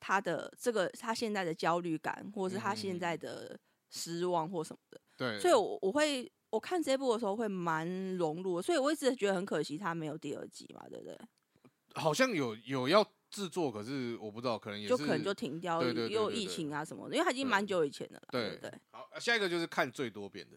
他的这个他现在的焦虑感，或者是他现在嗯的失望或什么的。对，所以我我会我看这部的时候会蛮融入的，所以我一直觉得很可惜它没有第二季嘛，对不对？好像有有要制作，可是我不知道，可能也是就可能就停掉，对对对也有对疫对情啊什么的，因为它已经对蛮久以前的了，对对 不对？好，下一个就是看最多遍的。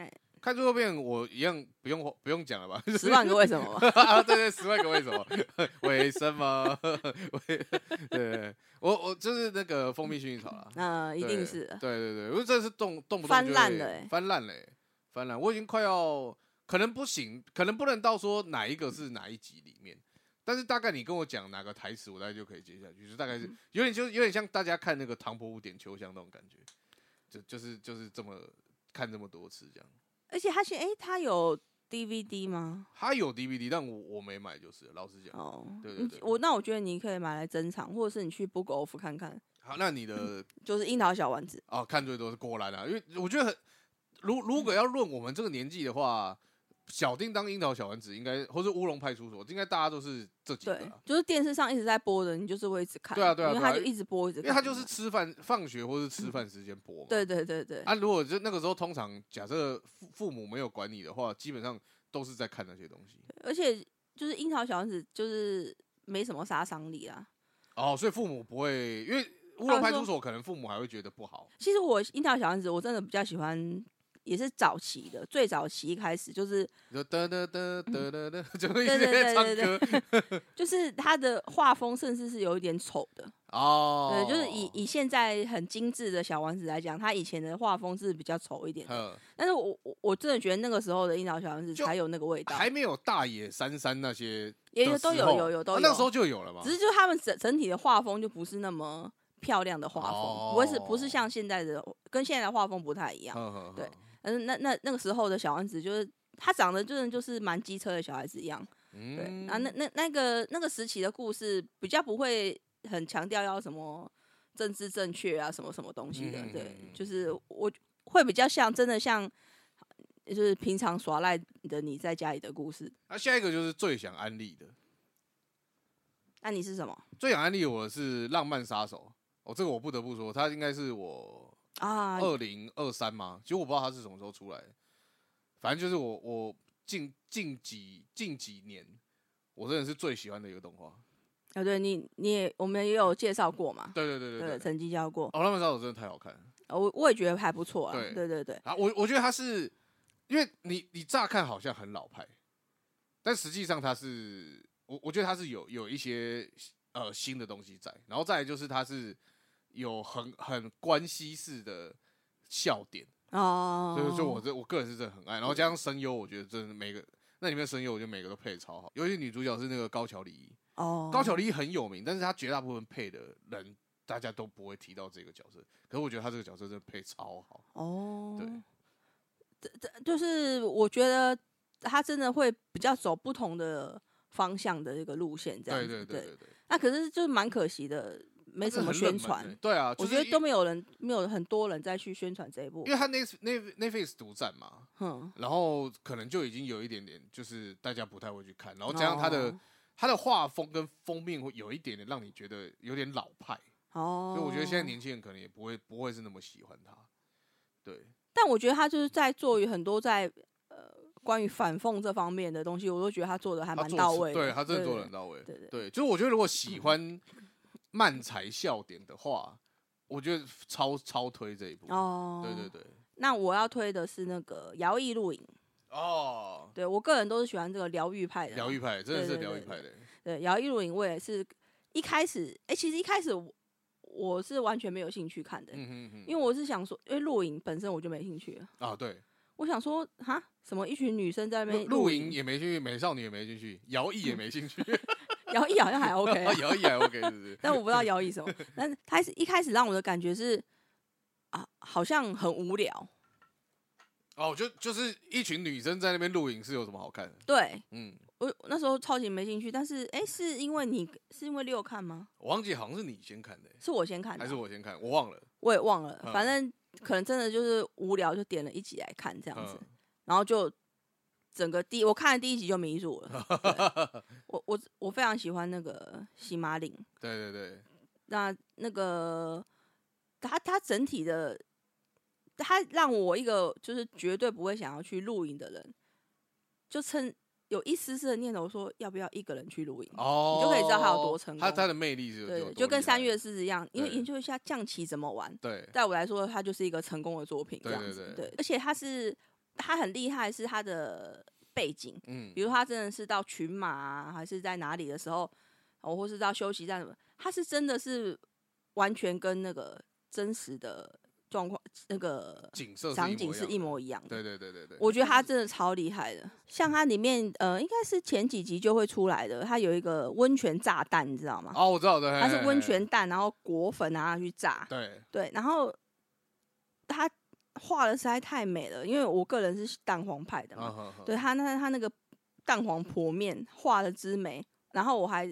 哎看最多遍我一样不用不用讲了吧？ 十万个为什么嘛啊，对对，十万个为什么， 为什么？ 为对对，我我就是那个蜂蜜薰衣草 啦，那一定对是的对对对，因为这是动动不动翻就烂会了欸翻烂嘞、翻烂，我已经快要可能不行，可能不能到说哪一个是哪一集里面，但是大概你跟我讲哪个台词，我大概就可以接下去，就大嗯概是有点就是有点像大家看那个《唐伯虎点秋香》那种感觉，就就是就是这么看这么多次这样。而且它现哎，它有 DVD 吗？他有 DVD，但我我没买，就是了老实讲。哦，对对你对我那我觉得你可以买来珍藏，或者是你去 Book Off 看看，好，那你的就是樱桃小丸子。哦，看最多是果然啊，因为我觉得很，如如果要论我们这个年纪的话，小叮当、樱桃小丸子应该，或是乌龙派出所，应该大家都是这几个对啊、，就是电视上一直在播的，你就是会一直看。对啊对啊因为对啊它就一直播，一直因看。为他就是吃饭、放学或是吃饭时间播嘛。嗯对对对对，啊，如果就那个时候，通常假设父父母没有管你的话，基本上都是在看那些东西。而且就是樱桃小丸子就是没什么杀伤力啊。哦，所以父母不会，因为乌龙派出所可能父母还会觉得不好。其实我樱桃小丸子我真的比较喜欢，也是早期的，最早期一开始就是就哒哒哒哒哒哒，就会一嗯对直对对在唱对对歌就是它的画风甚至是有一点丑的，哦。对，就是以以现在很精致的小丸子来讲，它以前的画风是比较丑一点的，嗯 但是我我我真的觉得那个时候的樱桃小丸子就才有那个味道，还没有大野三三那些也的有都时有候有有都啊有，那时候就有了嘛。只是就他们整整体的画风就不是那么漂亮的画风，不会是不哦嗯是像现在的跟现在的画风不太一样。呵呵呵对，但是那那那个时候的小丸子，就是他长得真的就是蛮机车的小孩子一样。对，嗯啊，那那那个那个时期的故事比较不会很强调要什么政治正确啊，什么什么东西的。嗯对，就是我会比较像真的像，就是平常耍赖的你在家里的故事。那下一个就是最想安利的，那你是什么最想安利我的是《浪漫杀手》哦，这个我不得不说，它应该是我啊？二零二三吗？其实我不知道它是什么时候出来的，反正就是我我近近几近几年我真的是最喜欢的一个动画。啊，对你你也我们也有介绍过嘛，对对对对对，曾经教过，哦，浪漫杀手真的太好看了。呃我我也觉得还不错啊，对对对对，啊，我我觉得他是，因为你你乍看好像很老派，但实际上他是，我我觉得他是有有一些呃新的东西在，然后再来就是他是有很很关系式的笑点，哦，所以就我这我个人是真的很爱，然后加上声优，我觉得真的每个那里面的声优，我觉得每个都配得超好，尤其女主角是那个高桥礼仪，哦，高桥礼仪很有名，但是她绝大部分配的人大家都不会提到这个角色，可是我觉得她这个角色真的配超好，哦，对。就是我觉得他真的会比较走不同的方向的一个路线，这样对子对对对对。那可是就是蛮可惜的，没什这很么冷宣门传欸。对啊，就我是觉得因都没有人，没有很多人再去宣传这一部因。为他那那那 face 独占嘛，哼，然后可能就已经有一点点，就是大家不太会去看，然后加上他的、哦他的画风跟封面会有一点点让你觉得有点老派，哦，所以我觉得现在年轻人可能也不会不会是那么喜欢他。对，但我觉得他就是在做于很多在呃关于反讽这方面的东西，我都觉得他做的还他蛮做到事位的。对他真的做的很到位。对嗯对对对，就是我觉得如果喜欢漫才笑点的话，我觉得超超推这一部。哦，对对。对，那我要推的是那个摇曳露营，哦，对我个人都是喜欢这个疗愈派的嘛。疗愈派真的是啊对对疗愈对派的。对，摇曳露营我也是一开始，哎、其实一开始我我是完全没有兴趣看的，嗯嗯嗯，因为我是想说，因为露营本身我就没兴趣了，啊对，我想说，哈，什么一群女生在那露边露营营，也没兴趣，美少女也没兴趣，摇椅也没兴趣，摇曳好像还 OK，啊、 啊 摇椅还 OK 是不是？ 但我不知道摇曳什么。但是开始一开始让我的感觉是啊，好像很无聊，哦，就就是一群女生在那边露营是有什么好看的？对嗯，我那时候超级没兴趣。但是哎、是因为你是因为六看吗？我忘记好像是你先看的、欸是我先看的还啊，是我先看？我忘了。我也忘了，嗯反正可能真的就是无聊，就点了一集来看这样子，嗯，然后就整个第我看了第一集就迷住 了。对我我我非常喜欢那个喜马岭，对对对，那那个它它整体的，它让我一个就是绝对不会想要去露营的人，就趁有一丝丝的念头说要不要一个人去露营。哦，就可以知道它有多成功它它的魅力是有有多对，厉害就跟三月四一样，因为对研究一下降旗怎么玩，对在我来说，它就是一个成功的作品，这对样对子。对对，而且它是它很厉害，是它的背景，嗯比如它真的是到群马、啊、还是在哪里的时候，哦，或是到休息站什么，它是真的是完全跟那个真实的状况那个景色场景是一模模一样一样的。的。对对对对对，我觉得它真的超厉害的，像它里面呃，应该是前几集就会出来的，它有一个温泉炸弹，你知道吗？哦我知道的，它是嘿温泉。蛋，然后裹粉拿去炸，嘿嘿对，然后他画的实在太美了，因为我个人是蛋黄派的对，嘛，啊哈哈对他那他那个蛋黄婆面画的之美，然后我还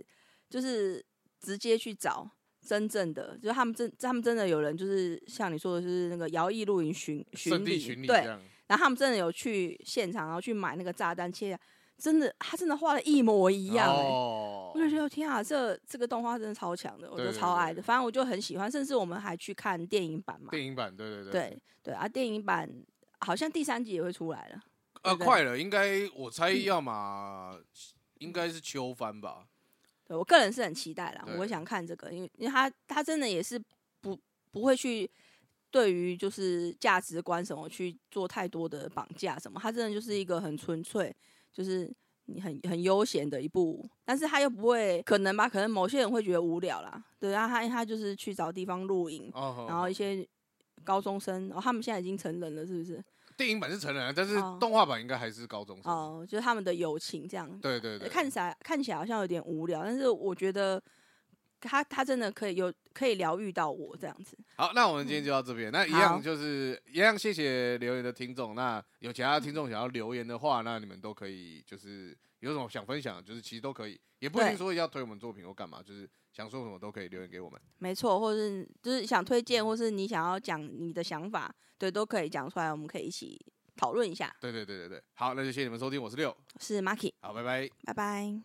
就是直接去找真正的，就是他们真他们真的有人就是像你说的，就是那个摇曳露营巡圣巡地礼，巡礼这对，样，然后他们真的有去现场，然后去买那个炸弹切，真的他真的画的一模一样、欸，哦我就觉得天啊，这这个动画真的超强的，我对就对超爱对的。反正我就很喜欢，甚至我们还去看电影版嘛。电影版，对对对对对啊，电影版好像第三集也会出来了。呃，对不嗯对快了，应该我猜要么应该是秋番吧，对我个人是很期待啦，我对会想看这个，因为因为他他真的也是不不会去对于就是价值观什么去做太多的绑架什么，他真的就是一个很纯粹，就是你很很悠闲的一部，但是他又不会可能吧，可能某些人会觉得无聊啦，对，然后他他就是去找地方露营，哦，然后一些高中生，哦，他们现在已经成人了，是不是？电影版是成人啊，但是哦动画版应该还是高中生。哦，就是他们的友情这样，对对对，看起来看起来好像有点无聊，但是我觉得他他真的可以有可以疗愈到我这样子。好，那我们今天就到这边。那一样嗯好就是一样，谢谢留言的听众。那有其他听众想要留言的话，那你们都可以，就是有什么想分享，就是其实都可以，也不一定对说要推我们作品或干嘛，就是想说什么都可以留言给我们。没错，或是就是想推荐，或是你想要讲你的想法，对，都可以讲出来，我们可以一起讨论一下。对对对对对，好，那就谢谢你们收听，我是六，我是 Marky，好，拜拜。拜拜。